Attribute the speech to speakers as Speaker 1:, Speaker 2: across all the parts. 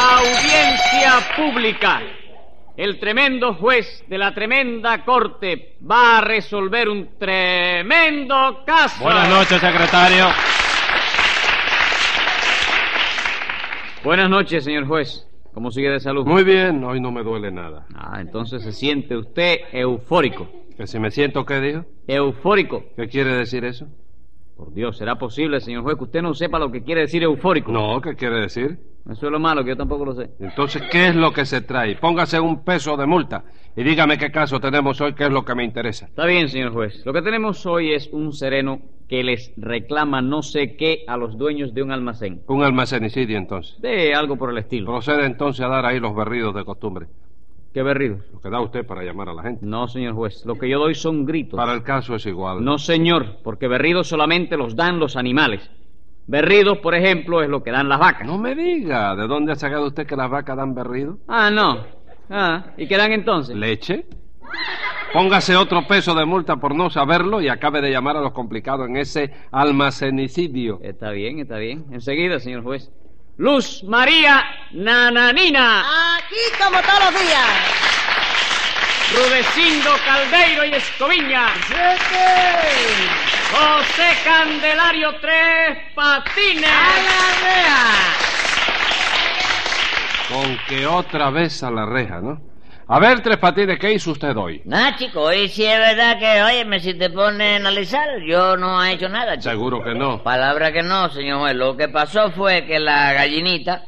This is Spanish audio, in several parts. Speaker 1: Audiencia pública. El tremendo juez de la tremenda corte va a resolver un tremendo caso.
Speaker 2: Buenas noches, secretario.
Speaker 1: Buenas noches, señor juez. ¿Cómo sigue de salud?
Speaker 3: Muy bien, hoy no me duele nada.
Speaker 1: Ah, entonces se siente usted eufórico.
Speaker 3: ¿Que si me siento qué dijo?
Speaker 1: Eufórico.
Speaker 3: ¿Qué quiere decir eso?
Speaker 1: Por Dios, ¿será posible, señor juez, que usted no sepa lo que quiere decir eufórico?
Speaker 3: No, ¿qué quiere decir?
Speaker 1: Eso es lo malo, que yo tampoco lo sé.
Speaker 3: Entonces, ¿qué es lo que se trae? Póngase un peso de multa y dígame qué caso tenemos hoy, qué es lo que me interesa.
Speaker 1: Está bien, señor juez. Lo que tenemos hoy es un sereno que les reclama no sé qué a los dueños de un almacén.
Speaker 3: Un almacenicidio, entonces.
Speaker 1: De algo por el estilo.
Speaker 3: Procede entonces a dar ahí los berridos de costumbre.
Speaker 1: ¿Qué berridos?
Speaker 3: Lo que da usted para llamar a la gente.
Speaker 1: No, señor juez. Lo que yo doy son gritos.
Speaker 3: Para el caso es igual.
Speaker 1: No, señor, porque berridos solamente los dan los animales. Berridos, por ejemplo, es lo que dan las vacas.
Speaker 3: No me diga, ¿de dónde ha sacado usted que las vacas dan berrido?
Speaker 1: Ah, no. Ah, ¿y qué dan entonces?
Speaker 3: ¿Leche? Póngase otro peso de multa por no saberlo y acabe de llamar a los complicados en ese almacenicidio.
Speaker 1: Está bien, está bien. Enseguida, señor juez. Luz María Nananina,
Speaker 4: Aquí como todos los días.
Speaker 1: Rudecindo Caldeiro y Escoviña, José Candelario Tres Patines,
Speaker 3: Con que otra vez a la reja, ¿no? A ver, Tres Patines, ¿qué hizo usted hoy?
Speaker 5: Nada, Ah, chico, hoy sí es verdad que, óyeme, si te pone a analizar, yo no he hecho nada, chico.
Speaker 3: Seguro que no.
Speaker 5: Palabra que no, señor juez. Lo que pasó fue que la gallinita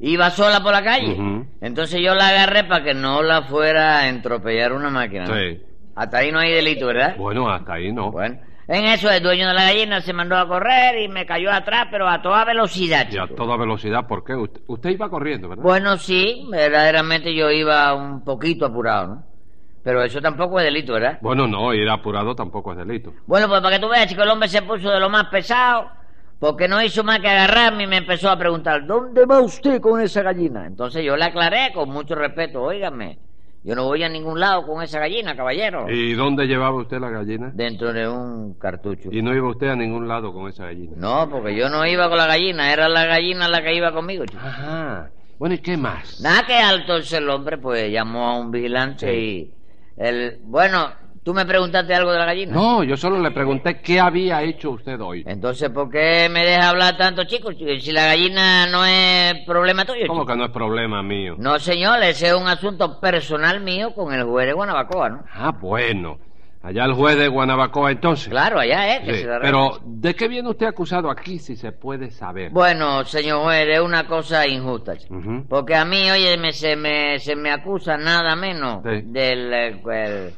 Speaker 5: iba sola por la calle.
Speaker 3: Ujú.
Speaker 5: Entonces yo la agarré para que no la fuera a entropellar una máquina. ¿no?
Speaker 3: Sí.
Speaker 5: Hasta ahí no hay delito, ¿verdad?
Speaker 3: Bueno, hasta ahí no.
Speaker 5: Bueno. En eso el dueño de la gallina se mandó a correr y me cayó atrás, pero a toda velocidad,
Speaker 3: Y a
Speaker 5: chico.
Speaker 3: toda velocidad, ¿por qué? Usted, usted iba corriendo, ¿verdad?
Speaker 5: Bueno, sí, verdaderamente yo iba un poquito apurado, ¿no? Pero eso tampoco es delito, ¿verdad?
Speaker 3: Bueno, no, ir apurado tampoco es delito.
Speaker 5: Bueno, pues para que tú veas, chico, el hombre se puso de lo más pesado, porque no hizo más que agarrarme y me empezó a preguntar, ¿dónde va usted con esa gallina? Entonces yo le aclaré con mucho respeto, óigame, yo no voy a ningún lado con esa gallina, caballero.
Speaker 3: ¿Y dónde llevaba usted la gallina?
Speaker 5: Dentro de un cartucho.
Speaker 3: Y no iba usted a ningún lado con esa gallina.
Speaker 5: No, porque yo no iba con la gallina, era la gallina la que iba conmigo, chico.
Speaker 3: Ajá. Bueno, ¿y qué más?
Speaker 5: Nada que alto el hombre, pues llamó a un vigilante y... El, bueno, tú me preguntaste algo de la gallina.
Speaker 3: No, yo solo le pregunté qué había hecho usted hoy.
Speaker 5: Entonces, ¿por qué me deja hablar tanto, chicos? Si la gallina no es problema tuyo.
Speaker 3: ¿Cómo
Speaker 5: chico.
Speaker 3: que no es problema mío?
Speaker 5: No, señor, ese es un asunto personal mío con el juez de Guanabacoa, ¿no?
Speaker 3: Ah, bueno. Allá el juez de Guanabacoa, entonces.
Speaker 5: Claro, allá es que
Speaker 3: Sí,
Speaker 5: se la
Speaker 3: Pero,
Speaker 5: arregla.
Speaker 3: ¿de qué viene usted acusado aquí, si se puede saber?
Speaker 5: Bueno, señor juez, es una cosa injusta, chico.
Speaker 3: Ujú.
Speaker 5: Porque a mí, oye, me- se, me, se me acusa nada menos
Speaker 3: Sí.
Speaker 5: del... eh, el-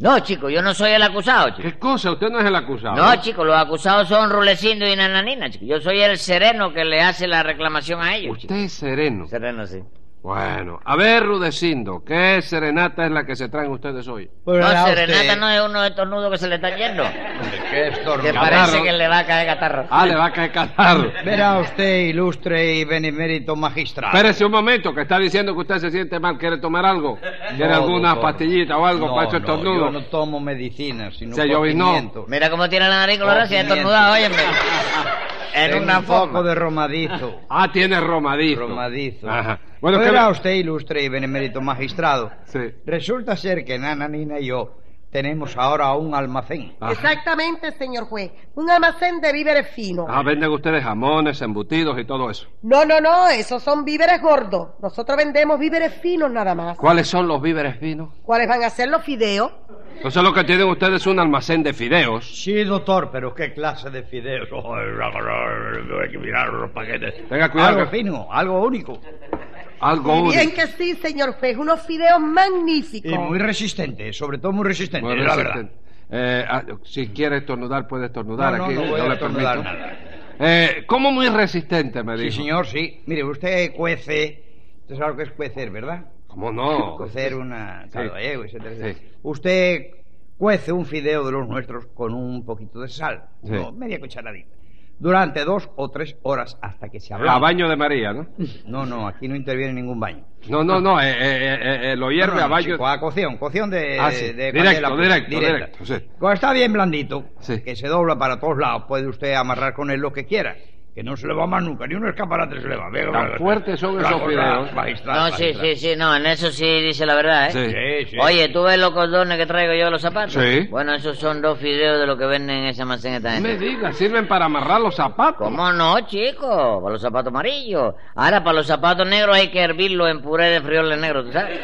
Speaker 5: No, chico, yo no soy el acusado, chico.
Speaker 3: ¿Qué cosa? Usted no es el acusado.
Speaker 5: No, chicos, los acusados son Rulecindo y Nananina, chico. Yo soy el sereno que le hace la reclamación a ellos,
Speaker 3: Usted es sereno.
Speaker 5: chico. Sereno, sí.
Speaker 3: Bueno, a ver, Rudecindo, ¿qué serenata es la que se traen ustedes hoy?
Speaker 5: no, serenata no es uno de estos nudos que se le están yendo.
Speaker 6: ¿Qué
Speaker 5: Que
Speaker 3: Catarro.
Speaker 5: parece que le va a caer catarro.
Speaker 3: Ah, le va a caer catarro.
Speaker 6: Verá usted, ilustre y benemérito magistrado.
Speaker 3: Espérese un momento, que está diciendo que usted se siente mal. ¿Quiere tomar algo? ¿Quiere
Speaker 6: No,
Speaker 3: alguna
Speaker 6: doctor.
Speaker 3: pastillita o algo
Speaker 6: No,
Speaker 3: para esos
Speaker 6: no,
Speaker 3: estornudos?
Speaker 6: Yo no tomo medicinas, sino
Speaker 3: Se llovinó.
Speaker 6: cocimiento.
Speaker 5: Mira cómo tiene la nariz colorada, si es
Speaker 6: Cocimiento.
Speaker 5: estornudado, óyeme. En
Speaker 6: Tengo
Speaker 5: una
Speaker 6: un poco
Speaker 5: forma.
Speaker 6: de romadizo.
Speaker 3: Ah, tiene romadizo.
Speaker 6: Romadizo.
Speaker 3: Ajá. Bueno, ¿qué
Speaker 6: Verá
Speaker 3: le-
Speaker 6: usted, ilustre y benemérito magistrado.
Speaker 3: Sí.
Speaker 6: Resulta ser que Nana, Nina y yo tenemos ahora un almacén.
Speaker 3: Ajá.
Speaker 4: Exactamente, señor juez. Un almacén de víveres finos.
Speaker 3: Ah, venden ustedes jamones, embutidos y todo eso.
Speaker 4: No, no, no, esos son víveres gordos. Nosotros vendemos víveres finos nada más.
Speaker 3: ¿Cuáles son los víveres finos?
Speaker 4: ¿Cuáles van a ser los fideos?
Speaker 3: Entonces lo que tienen ustedes es un almacén de fideos.
Speaker 6: Sí, doctor, pero qué clase de fideos. Hay que mirar los paquetes.
Speaker 3: Tenga cuidado
Speaker 6: Algo
Speaker 3: que-
Speaker 6: fino, algo único.
Speaker 3: Algo
Speaker 4: Muy bien
Speaker 3: único.
Speaker 4: que sí, señor juez. Unos fideos magníficos.
Speaker 6: Y muy resistente, sobre todo muy resistente,
Speaker 3: Bueno,
Speaker 6: la
Speaker 3: resistente.
Speaker 6: verdad.
Speaker 3: Eh, ah, si quiere estornudar, puede estornudar
Speaker 6: No, no,
Speaker 3: aquí.
Speaker 6: no voy a
Speaker 3: le
Speaker 6: estornudar
Speaker 3: permito.
Speaker 6: nada.
Speaker 3: Eh, ¿Cómo muy resistente, me
Speaker 6: Sí,
Speaker 3: dijo?
Speaker 6: señor, sí. Mire, usted cuece. Usted sabe lo que es cuecer, ¿verdad?
Speaker 3: ¿Cómo no?
Speaker 6: Cocer una. claro, eh, etcétera,
Speaker 3: Sí.
Speaker 6: etcétera. Usted cuece un fideo de los nuestros con un poquito de sal,
Speaker 3: Sí.
Speaker 6: no, media cucharadita, durante dos o tres horas hasta que se
Speaker 3: A
Speaker 6: ablande.
Speaker 3: baño de María, ¿no?
Speaker 6: No, no, aquí no interviene ningún baño.
Speaker 3: No, no, no, eh, eh, eh, eh, lo hierve
Speaker 6: No, no, no,
Speaker 3: a baño.
Speaker 6: chico, a cocción, cocción de,
Speaker 3: Ah, sí,
Speaker 6: de
Speaker 3: directo,
Speaker 6: candela, pues,
Speaker 3: directo,
Speaker 6: directa.
Speaker 3: directo, sí.
Speaker 6: Cuando está bien blandito,
Speaker 3: Sí.
Speaker 6: que se dobla para todos lados, puede usted amarrar con él lo que quiera. que no se le va más nunca, ni un escaparate se le va. Venga,
Speaker 3: Tan
Speaker 6: venga.
Speaker 3: fuertes son
Speaker 6: La
Speaker 3: esos
Speaker 6: cosa
Speaker 3: fideos.
Speaker 6: magistral,
Speaker 5: No, sí,
Speaker 6: magistral.
Speaker 5: sí, sí, no, en eso sí dice la verdad, ¿eh?
Speaker 3: Sí.
Speaker 6: Sí, sí.
Speaker 5: Oye, ¿tú ves los cordones que traigo yo de los zapatos?
Speaker 3: Sí.
Speaker 5: Bueno, esos son dos fideos de lo que venden en ese almacén esta
Speaker 3: No
Speaker 5: gente.
Speaker 3: me digas, sirven para amarrar los zapatos.
Speaker 5: ¿Cómo no, chico? Para los zapatos amarillos. Ahora, para los zapatos negros hay que hervirlo en puré de frijoles negros, ¿tú sabes?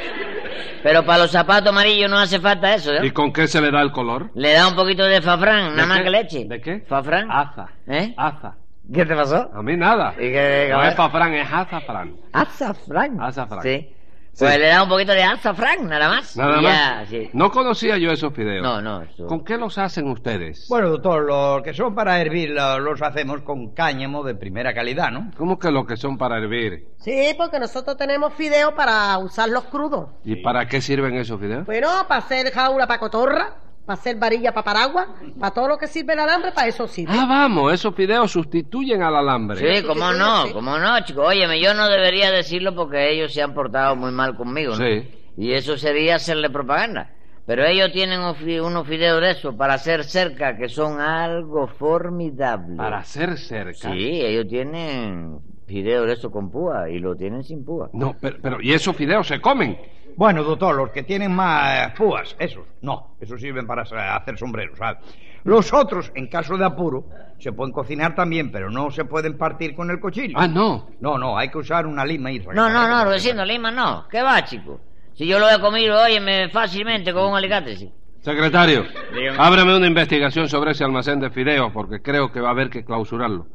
Speaker 5: Pero para los zapatos amarillos no hace falta eso,
Speaker 3: ¿Y
Speaker 5: ¿eh?
Speaker 3: con qué se le da el color?
Speaker 5: Le da un poquito de fafrán, nada
Speaker 3: ¿De
Speaker 5: más
Speaker 3: qué?
Speaker 5: que leche.
Speaker 3: ¿De qué? Ah.
Speaker 5: ¿Fafrán?
Speaker 3: Aza.
Speaker 5: ¿Eh?
Speaker 3: Aza.
Speaker 5: ¿Qué te pasó?
Speaker 3: A mí nada.
Speaker 5: ¿Y qué-
Speaker 3: no
Speaker 5: qué-
Speaker 3: es Fafran, es azafrán.
Speaker 5: Azafrán.
Speaker 3: Azafrán.
Speaker 5: Sí.
Speaker 3: Sí.
Speaker 5: Pues le da un poquito de azafrán, nada más.
Speaker 3: Nada
Speaker 5: Y ya,
Speaker 3: más.
Speaker 5: sí.
Speaker 3: No conocía yo esos fideos.
Speaker 5: No, no. eso-
Speaker 3: ¿Con qué los hacen ustedes?
Speaker 6: Bueno, doctor, los que son para hervir la- los hacemos con cáñamo de primera calidad, ¿no?
Speaker 3: ¿Cómo que los que son para hervir?
Speaker 4: Sí, porque nosotros tenemos fideos para usarlos crudos.
Speaker 3: ¿Y para qué sirven esos fideos?
Speaker 4: Bueno, para hacer jaula para cotorra, para hacer varilla para paraguas, para todo lo que sirve el alambre, para eso sirve.
Speaker 3: Ah, vamos, esos fideos sustituyen al alambre.
Speaker 5: Sí, cómo
Speaker 4: sí,
Speaker 5: no,
Speaker 4: sí.
Speaker 5: cómo no, chico. Óyeme, yo no debería decirlo porque ellos se han portado muy mal conmigo, ¿no?
Speaker 3: Sí.
Speaker 5: Y eso sería hacerle propaganda. Pero ellos tienen un fi- unos fideos de eso para hacer cerca que son algo formidable.
Speaker 3: Para ser cerca.
Speaker 5: Sí, ellos tienen fideos de eso con púa y lo tienen sin púa.
Speaker 3: No, pero, pero ¿y esos fideos se comen?
Speaker 6: Bueno, doctor, los que tienen más eh, púas, esos, no, esos sirven para sa- hacer sombreros, ¿sabes? Los otros, en caso de apuro, se pueden cocinar también, pero no se pueden partir con el cuchillo.
Speaker 3: Ah, no.
Speaker 6: No, no, hay que usar una lima y...
Speaker 5: No, no, no, Rudecindo Lima, no. ¿Qué va, chico? Si yo lo he comido, óyeme, fácilmente con un alicate, sí.
Speaker 3: Secretario,
Speaker 5: Dígame.
Speaker 3: ábrame una investigación sobre ese almacén de fideos porque creo que va a haber que clausurarlo.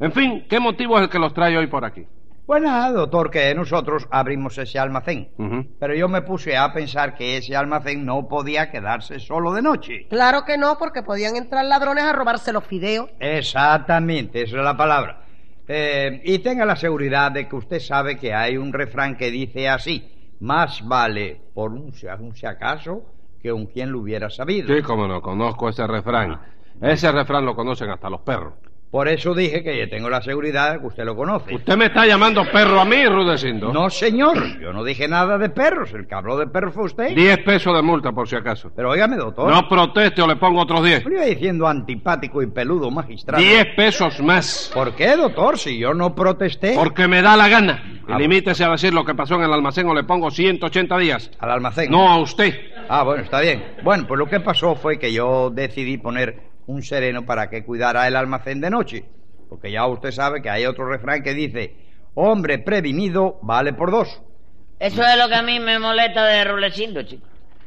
Speaker 3: En fin, ¿qué motivo es el que los trae hoy por aquí?
Speaker 6: Pues nada, doctor, que nosotros abrimos ese almacén.
Speaker 3: Ujú.
Speaker 6: Pero yo me puse a pensar que ese almacén no podía quedarse solo de noche.
Speaker 4: Claro que no, porque podían entrar ladrones a robarse los fideos.
Speaker 6: Exactamente, esa es la palabra. Eh, y tenga la seguridad de que usted sabe que hay un refrán que dice así: más vale por un, si- un si acaso que un quien lo hubiera sabido.
Speaker 3: Sí, cómo no, conozco ese refrán.
Speaker 5: Ah.
Speaker 3: Ese refrán lo conocen hasta los perros.
Speaker 6: Por eso dije que tengo la seguridad de que usted lo conoce.
Speaker 3: ¿Usted me está llamando perro a mí, Rudecindo?
Speaker 6: No, señor, yo no dije nada de perros. El que habló de perros fue usted.
Speaker 3: Diez pesos de multa, por si acaso.
Speaker 6: Pero óigame, doctor.
Speaker 3: No pues. proteste o le pongo otros diez.
Speaker 6: ¿Por qué iba diciendo antipático y peludo magistrado?
Speaker 3: Diez pesos más.
Speaker 6: ¿Por qué, doctor? Si yo no protesté
Speaker 3: Porque me da la gana. Y
Speaker 6: ¿Eh? Ah,
Speaker 3: limítese a decir lo que pasó en el almacén o le pongo 180 días.
Speaker 6: al almacén.
Speaker 3: No a usted.
Speaker 6: Ah, bueno, está bien. Bueno, pues lo que pasó fue que yo decidí poner un sereno para que cuidara el almacén de noche. Porque ya usted sabe que hay otro refrán que dice, hombre prevenido vale por dos.
Speaker 5: Eso es lo que a mí me molesta de Rulecindo, chico.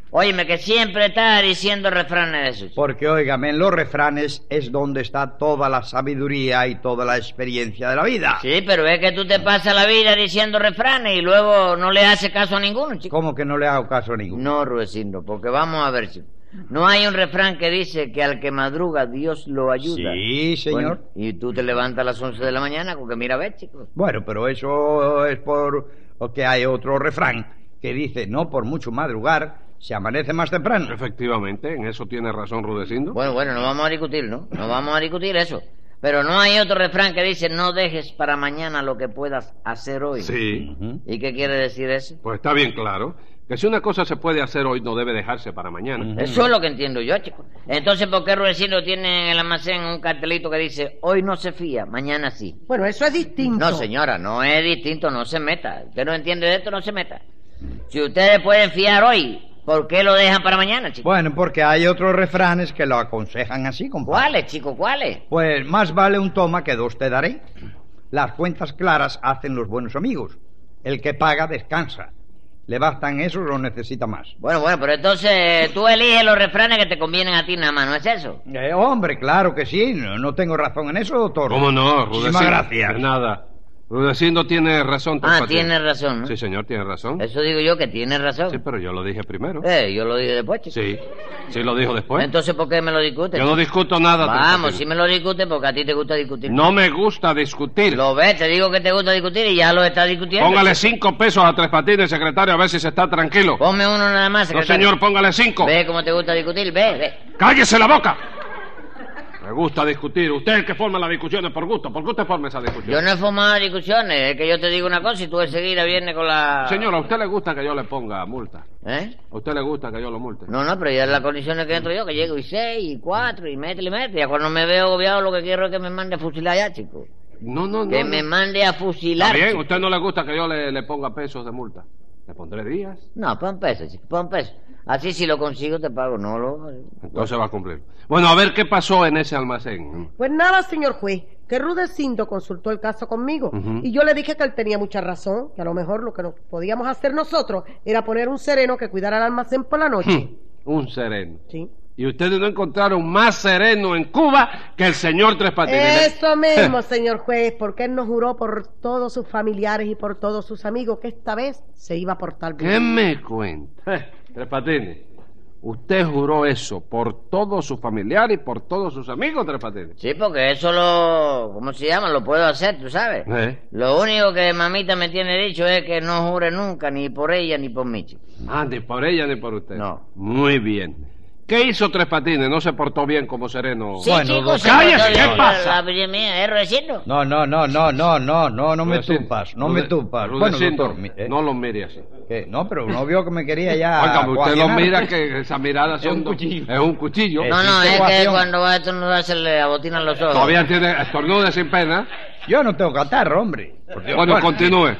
Speaker 5: Óyeme, que siempre está diciendo refranes de esos. chico.
Speaker 6: Porque, óigame, en los refranes es donde está toda la sabiduría y toda la experiencia de la vida.
Speaker 5: Sí, pero es que tú te pasas la vida diciendo refranes y luego no le haces caso a ninguno, chico.
Speaker 6: ¿Cómo que no le hago caso a ninguno?
Speaker 5: No, Rudecindo, porque vamos a ver, chico. No hay un refrán que dice que al que madruga Dios lo ayuda.
Speaker 6: Sí, señor.
Speaker 5: Bueno, y tú te levantas a las 11 de la mañana porque mira, a ver, chico.
Speaker 6: Bueno, pero eso es por que hay otro refrán que dice, no por mucho madrugar, se amanece más temprano.
Speaker 3: Efectivamente, en eso tiene razón Rudecindo.
Speaker 5: Bueno, bueno, no vamos a discutir, ¿no? No vamos a discutir eso. Pero no hay otro refrán que dice no dejes para mañana lo que puedas hacer hoy.
Speaker 3: Sí,
Speaker 6: Ujú.
Speaker 5: ¿Y qué quiere decir eso?
Speaker 3: pues está bien claro que si una cosa se puede hacer hoy no debe dejarse para mañana.
Speaker 5: Eso es lo que entiendo yo, chico. Entonces, ¿por qué Rudecindo tiene en el almacén un cartelito que dice hoy no se fía, mañana sí?
Speaker 4: Bueno, eso es distinto.
Speaker 5: No, señora, no es distinto, no se meta. Usted no entiende de esto, no se meta. Si ustedes pueden fiar hoy, ¿por qué lo dejan para mañana, chico?
Speaker 6: Bueno, porque hay otros refranes que lo aconsejan así, compadre.
Speaker 5: ¿Cuáles, chico, cuáles?
Speaker 6: Pues más vale un toma que dos te daré. Las cuentas claras hacen los buenos amigos. El que paga descansa. Le bastan esos o necesita más.
Speaker 5: Bueno, bueno, pero entonces tú eliges los refranes que te convienen a ti nada más, ¿no es eso?
Speaker 6: Eh, hombre, claro que sí. No, no tengo razón en eso, doctor.
Speaker 3: ¿Cómo no, Rudecindo?
Speaker 6: Muchísimas gracias.
Speaker 3: De nada. Rudecindo tiene razón.
Speaker 5: Ah,
Speaker 3: Teopatín.
Speaker 5: tiene razón, ¿no?
Speaker 3: Sí, señor, tiene razón.
Speaker 5: Eso digo yo que tiene razón.
Speaker 3: Sí, pero yo lo dije primero.
Speaker 5: Eh, yo lo dije después, chico.
Speaker 3: Sí, sí lo dijo después.
Speaker 5: Entonces, ¿por qué me lo discutes?
Speaker 3: Yo no discuto nada.
Speaker 5: Vamos,
Speaker 3: Teopatín.
Speaker 5: si me lo discutes porque a ti te gusta discutir.
Speaker 3: No me gusta discutir.
Speaker 5: Lo ves, te digo que te gusta discutir y ya lo estás discutiendo.
Speaker 3: Póngale cinco pesos a Tres Patines, secretario, a ver si se está tranquilo.
Speaker 5: Ponme uno nada más,
Speaker 3: No,
Speaker 5: secretario.
Speaker 3: señor, póngale cinco.
Speaker 5: Ve cómo te gusta discutir, ve, ve.
Speaker 3: ¡Cállese la boca! Me gusta discutir. Usted es el que forma las discusiones por gusto. ¿Por qué usted forma esa discusión?
Speaker 5: Yo no he formado discusiones, es que yo te digo una cosa y tú enseguida vienes con la...
Speaker 3: Señor, ¿a usted le gusta que yo le ponga multa?
Speaker 5: ¿Eh?
Speaker 3: ¿A usted le gusta que yo lo multe?
Speaker 5: No, no, pero ya en las condiciones que entro yo, que llego y seis, y cuatro, y mete, y mete. Ya cuando me veo agobiado lo que quiero es que me mande a fusilar ya, chico.
Speaker 3: No, no, no.
Speaker 5: Que
Speaker 3: no.
Speaker 5: me mande a
Speaker 3: Está
Speaker 5: fusilar.
Speaker 3: bien,
Speaker 5: chico.
Speaker 3: usted no le gusta que yo le, le ponga pesos de multa. Le pondré días.
Speaker 5: No, pon peso, chico, pon peso. Así si lo consigo te pago, no lo...
Speaker 3: Entonces va a cumplir. Bueno, a ver qué pasó en ese almacén.
Speaker 4: Pues nada, señor juez, que Rudecindo consultó el caso conmigo
Speaker 3: Ujú.
Speaker 4: y yo le dije que él tenía mucha razón, que a lo mejor lo que nos podíamos hacer nosotros era poner un sereno que cuidara el almacén por la noche.
Speaker 3: Hmm. Un sereno.
Speaker 4: Sí.
Speaker 3: Y ustedes no encontraron más sereno en Cuba que el señor Tres Patines.
Speaker 4: Eso mismo, señor juez, porque él nos juró por todos sus familiares y por todos sus amigos que esta vez se iba a portar bien.
Speaker 3: ¿Qué me cuenta? Eh, Tres Patines. Usted juró eso por todos sus familiares y por todos sus amigos, Tres Patines.
Speaker 5: Sí, porque eso lo... ¿Cómo se llama? Lo puedo hacer, tú sabes.
Speaker 3: ¿Eh?
Speaker 5: Lo único que mamita me tiene dicho es que no jure nunca, ni por ella ni por mí. chico.
Speaker 3: Ah, ni por ella ni por usted.
Speaker 5: No.
Speaker 3: Muy bien. ¿Qué hizo Tres Patines? ¿No se portó bien como sereno?
Speaker 5: Sí,
Speaker 6: Bueno,
Speaker 5: chico,
Speaker 6: doctor.
Speaker 5: se portó
Speaker 3: ¡Cállese!
Speaker 5: bien
Speaker 3: ¿Qué
Speaker 5: la-
Speaker 3: pasa?
Speaker 5: La, la mía, ¿es recién?
Speaker 6: No, no, no, no, no, no, no, no me
Speaker 3: Rudecindo,
Speaker 6: tupas, no me
Speaker 3: Rude-
Speaker 6: tupas. Bueno,
Speaker 3: Rudecindo,
Speaker 6: doctor, mi- eh,
Speaker 3: no lo mire así.
Speaker 6: ¿qué? no, pero no vio que me quería ya.
Speaker 3: Oiga, usted lo
Speaker 6: coaccionar.
Speaker 3: mira que esa mirada son
Speaker 6: un
Speaker 3: dos-
Speaker 6: cuchillo.
Speaker 3: Ah, Es un cuchillo.
Speaker 6: Eh,
Speaker 5: No, no,
Speaker 6: existe
Speaker 5: es que
Speaker 6: ovación.
Speaker 5: cuando va a estornudar se le abotinan los ojos.
Speaker 3: Todavía tiene estornude sin pena.
Speaker 6: Yo no tengo catarro, hombre. Por Dios.
Speaker 3: Bueno, continúe.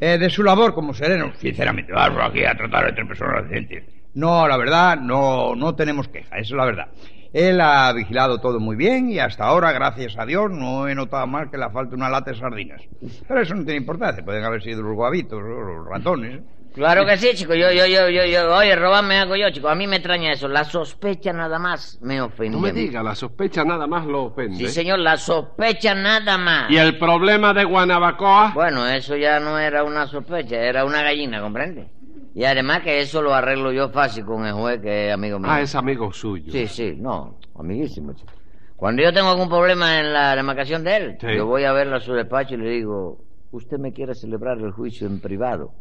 Speaker 6: Eh, de su labor como sereno, sinceramente, vamos aquí a tratar entre personas decentes. No, la verdad, no, no tenemos queja, eso es la verdad. Él ha vigilado todo muy bien y hasta ahora, gracias a Dios, no he notado más que le falta una lata de sardinas. Pero eso no tiene importancia, pueden haber sido los guabitos o los ratones.
Speaker 5: Claro que sí, chico. Yo, yo, yo, yo, yo. Oye, robarme algo yo, chico. A mí me extraña eso. La sospecha nada más me ofende.
Speaker 3: No me diga, la sospecha nada más lo ofende.
Speaker 5: Sí, señor, la sospecha nada más.
Speaker 3: Y el problema de Guanabacoa.
Speaker 5: Bueno, eso ya no era una sospecha, era una gallina, ¿comprende? Y además que eso lo arreglo yo fácil con el juez que es amigo mío.
Speaker 3: Ah, es amigo suyo.
Speaker 5: Sí, sí, no, amiguísimo. chico. Cuando yo tengo algún problema en la demarcación de él,
Speaker 3: Sí.
Speaker 5: yo voy a verlo a su despacho y le digo, ¿usted me quiere celebrar el juicio en privado?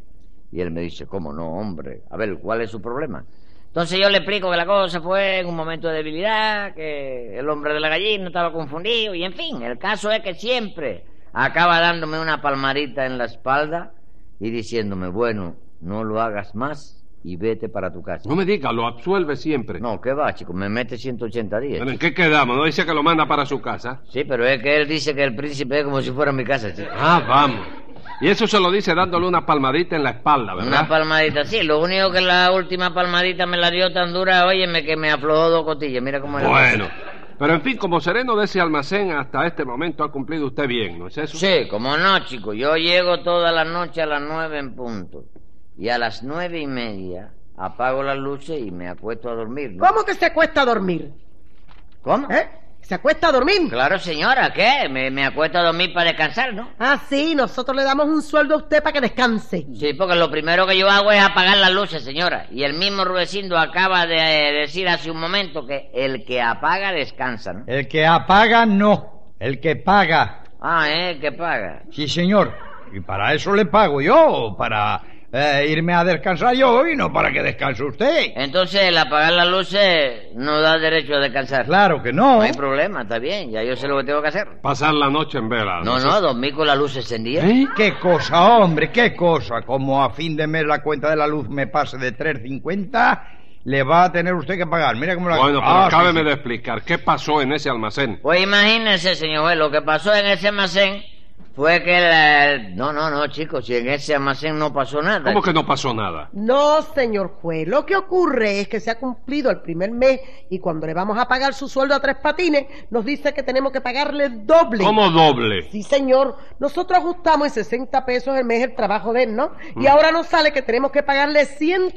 Speaker 5: Y él me dice, ¿cómo no, hombre? A ver, ¿cuál es su problema? Entonces yo le explico que la cosa fue en un momento de debilidad, que el hombre de la gallina estaba confundido, y en fin, el caso es que siempre acaba dándome una palmarita en la espalda y diciéndome, bueno, no lo hagas más y vete para tu casa.
Speaker 3: No me diga, lo absuelve siempre.
Speaker 5: No, ¿qué va, chico? Me mete 180 días.
Speaker 3: Pero ¿en qué quedamos? No dice que lo manda para su casa.
Speaker 5: Sí, pero es que él dice que el príncipe es como si fuera mi casa, chico.
Speaker 3: Ah, vamos. Y eso se lo dice dándole una palmadita en la espalda, ¿verdad?
Speaker 5: Una palmadita, sí. Lo único que la última palmadita me la dio tan dura, óyeme, que me aflojó dos cotillas. Mira cómo era.
Speaker 3: Bueno. Pero en fin, como sereno de ese almacén hasta este momento ha cumplido usted bien, ¿no es eso?
Speaker 5: Sí, como no, chico. Yo llego toda la noche a las nueve en punto. Y a las nueve y media apago las luces y me acuesto a dormir. ¿no?
Speaker 4: ¿Cómo que se acuesta a dormir?
Speaker 5: ¿Cómo?
Speaker 4: ¿Eh? ¿Se acuesta a dormir?
Speaker 5: Claro, señora, ¿qué? Me, me acuesto a dormir para descansar, ¿no?
Speaker 4: Ah, sí, nosotros le damos un sueldo a usted para que descanse.
Speaker 5: Sí, porque lo primero que yo hago es apagar las luces, señora. Y el mismo Rudecindo acaba de eh, decir hace un momento que el que apaga descansa, ¿no?
Speaker 6: El que apaga, no. El que paga,
Speaker 5: Ah, ¿eh? el que paga.
Speaker 6: sí, señor. Y para eso le pago yo, para eh, irme a descansar yo y no para que descanse usted.
Speaker 5: Entonces, el apagar las luces no da derecho a descansar.
Speaker 6: Claro que
Speaker 5: No
Speaker 6: no.
Speaker 5: hay problema, está bien, ya yo sé lo que tengo que hacer.
Speaker 3: Pasar la noche en vela.
Speaker 5: No,
Speaker 3: sé.
Speaker 5: no, dormir con las luces encendidas.
Speaker 3: ¿Eh?
Speaker 6: Qué cosa, hombre, qué cosa. Como a fin de mes la cuenta de la luz me pase de 3.50, le va a tener usted que pagar. Mira cómo la...
Speaker 3: Bueno, pero
Speaker 6: Ah, sí,
Speaker 3: acábeme
Speaker 6: sí.
Speaker 3: de explicar qué pasó en ese almacén.
Speaker 5: Pues imagínense, señor juez, lo que pasó en ese almacén fue que... la- No, no, no, chicos, si en ese almacén no pasó nada.
Speaker 3: ¿Cómo que no pasó nada?
Speaker 4: No, señor juez, lo que ocurre es que se ha cumplido el primer mes y cuando le vamos a pagar su sueldo a tres patines, nos dice que tenemos que pagarle el doble.
Speaker 3: ¿Cómo doble?
Speaker 4: Sí, señor, nosotros ajustamos en 60 pesos el mes el trabajo de él, ¿no? Y ahora nos sale que tenemos que pagarle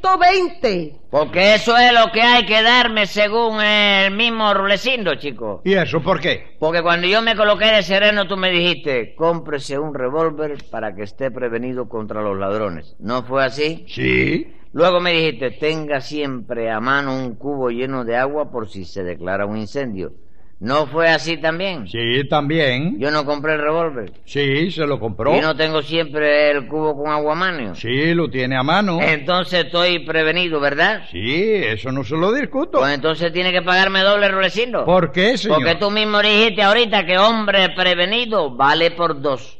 Speaker 4: 120.
Speaker 5: Porque eso es lo que hay que darme según el mismo Rulecindo, chico.
Speaker 6: ¿Y eso por qué?
Speaker 5: Porque cuando yo me coloqué de sereno, tú me dijiste, cómprese un revólver para que esté prevenido contra los ladrones. ¿No fue así?
Speaker 6: Sí.
Speaker 5: Luego me dijiste, tenga siempre a mano un cubo lleno de agua por si se declara un incendio. ¿No fue así también?
Speaker 6: Sí, también.
Speaker 5: Yo no compré el revólver.
Speaker 6: Sí, se lo compró.
Speaker 5: Y no tengo siempre el cubo con agua manio.
Speaker 6: Sí, lo tiene a mano.
Speaker 5: Eh. Entonces estoy prevenido, ¿verdad?
Speaker 6: Sí, eso no se lo discuto.
Speaker 5: Pues entonces tiene que pagarme doble, Rulecindo.
Speaker 6: ¿Por qué, señor?
Speaker 5: Porque tú mismo dijiste ahorita que hombre prevenido vale por dos.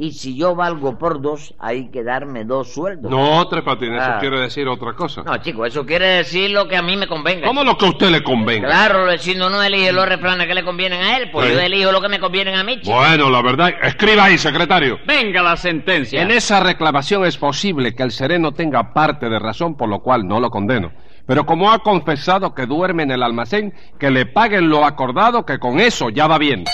Speaker 5: Y si yo valgo por dos, hay que darme dos sueldos.
Speaker 3: No, Tres Patines,
Speaker 5: Ah.
Speaker 3: eso quiere decir otra cosa.
Speaker 5: No, chico, eso quiere decir lo que a mí me convenga.
Speaker 3: ¿Cómo lo que a usted le convenga?
Speaker 5: Claro, vecino no elige los refranes que le convienen a él, pues
Speaker 3: Sí.
Speaker 5: yo elijo lo que me convienen a mí, chico.
Speaker 3: Bueno, la verdad, escriba ahí, secretario.
Speaker 1: Venga la sentencia.
Speaker 3: En esa reclamación es posible que el sereno tenga parte de razón, por lo cual no lo condeno. Pero como ha confesado que duerme en el almacén, que le paguen lo acordado, que con eso ya va bien.